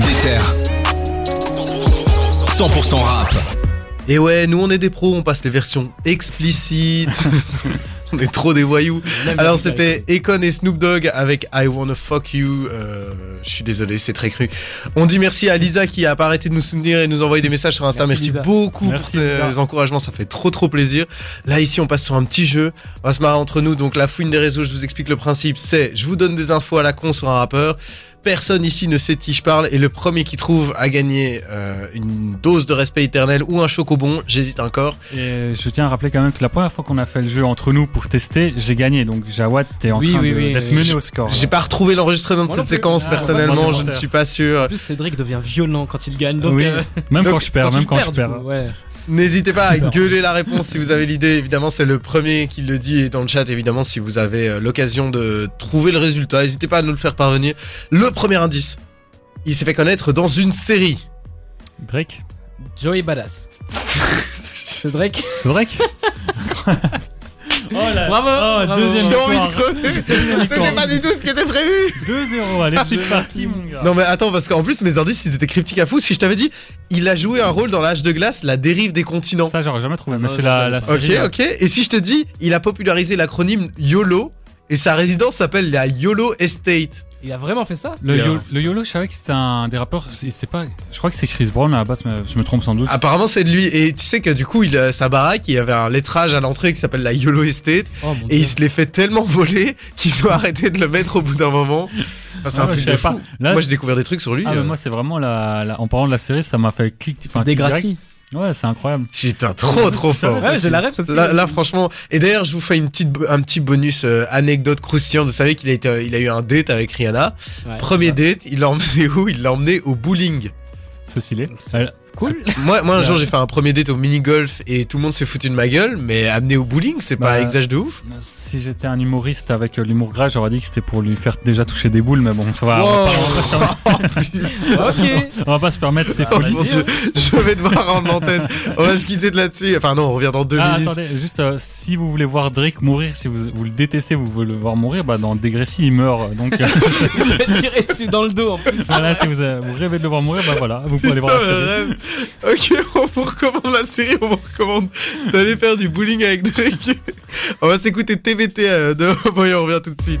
Déterre. 100% rap. Et ouais, nous on est des pros, on passe les versions explicites. on est trop des voyous. Alors c'était Econ et Snoop Dogg avec I Wanna Fuck You. Euh, je suis désolé, c'est très cru. On dit merci à Lisa qui a pas arrêté de nous soutenir et nous envoyer des messages sur Insta. Merci, Merci, Lisa. beaucoup Merci, pour les Lisa. encouragements, ça fait trop trop plaisir. Là ici on passe sur un petit jeu. On va se marrer entre nous. Donc la fouine des réseaux, je vous explique le principe. C'est je vous donne des infos à la con sur un rappeur. Personne ici ne sait de qui je parle et le premier qui trouve a gagné euh, une dose de respect éternel ou un chocobon. J'hésite encore. Et euh, je tiens à rappeler quand même que la première fois qu'on a fait le jeu entre nous pour tester, j'ai gagné. Donc Jawad, t'es en Oui, train oui, de- oui, euh, d'être oui. mené au score. là. J'ai pas retrouvé l'enregistrement de Moi cette non plus. séquence Ah, personnellement, moi, je ne suis pas sûr. En plus, Cédric devient violent quand il gagne. Donc, Oui, euh, hein. Même donc, quand je perds, quand même il quand perd, je du perds. coup, ouais. N'hésitez pas à Super. gueuler la réponse si vous avez l'idée. Évidemment, c'est le premier qui le dit et dans le chat, évidemment, si vous avez euh, l'occasion de trouver le résultat, n'hésitez pas à nous le faire parvenir. Le premier indice, il s'est fait connaître dans une série. Drake Joey Badass. Cédric. C'est Drake Oh là Bravo, Oh, bravo. deuxième J'ai envie victoire. de crever. C'était pas du tout ce qui était prévu. 2-0, allez, Ah, c'est parti, mon gars. Non, mais attends, parce qu'en plus, mes indices, ils étaient cryptiques à fou. Si je t'avais dit, il a joué un rôle dans l'âge de glace, la dérive des continents. Ça, j'aurais jamais trouvé, mais Non, c'est non, je la, l'avais la pas. série. euh, Ok, là. ok. Et si je te dis, il a popularisé l'acronyme YOLO et sa résidence s'appelle la YOLO Estate. Il a vraiment fait ça Le, Bien. Yo- le YOLO, je savais que c'était un des rappeurs. c'est- c'est pas, je crois que c'est Chris Brown à la base, mais je me trompe sans doute. Apparemment, c'est de lui. Et tu sais que du coup, il a sa baraque, il y avait un lettrage à l'entrée qui s'appelle la YOLO Estate. Oh Et mon dieu. il se les fait tellement voler qu'ils ont arrêté de le mettre au bout d'un moment. Enfin, c'est Ah un ouais, truc je de savais fou. pas. Là, Moi, j'ai découvert des trucs sur lui. ah, mais euh, moi, c'est vraiment la, la- En parlant de la série, ça m'a fait clic. enfin, clic direct. Degrassi. Ouais, c'est incroyable. Putain, trop, Ah, trop fort. Ouais, j'ai la ref aussi. Là, là, franchement, et d'ailleurs, je vous fais une petite, un petit bonus euh, anecdote croustillante. Vous savez qu'il a, été- il a eu un date avec Rihanna. Ouais. Premier date, il l'a emmené où Il l'a emmené au bowling. Ceci l'est. C'est Elle- Cool. Moi, moi un jour, j'ai fait un premier date au mini-golf et tout le monde s'est foutu de ma gueule, mais amené au bowling, c'est pas Bah, exage de ouf. Si j'étais un humoriste avec euh, l'humour gras, j'aurais dit que c'était pour lui faire déjà toucher des boules, mais bon, ça va. on va Wow. pas- on va pas se permettre- ok. On va pas se permettre ces Ah, folies. Mon vas-y, Dieu, je vais devoir rendre l'antenne. On va se quitter de là-dessus. Enfin, non, on revient dans deux Ah, minutes. attendez, juste euh, si vous voulez voir Drake mourir, si vous, vous le détestez, vous voulez le voir mourir, bah dans Degrassi il meurt. Donc euh, Il se fait tirer dessus dans le dos en plus. voilà, si vous, euh, vous rêvez de le voir mourir, bah voilà, vous pouvez aller voir la Putain, série. rêve. Euh, Ok, on vous recommande la série, on vous recommande d'aller faire du bowling avec Drake. euh, On va s'écouter TBT de Boy, on revient tout de suite.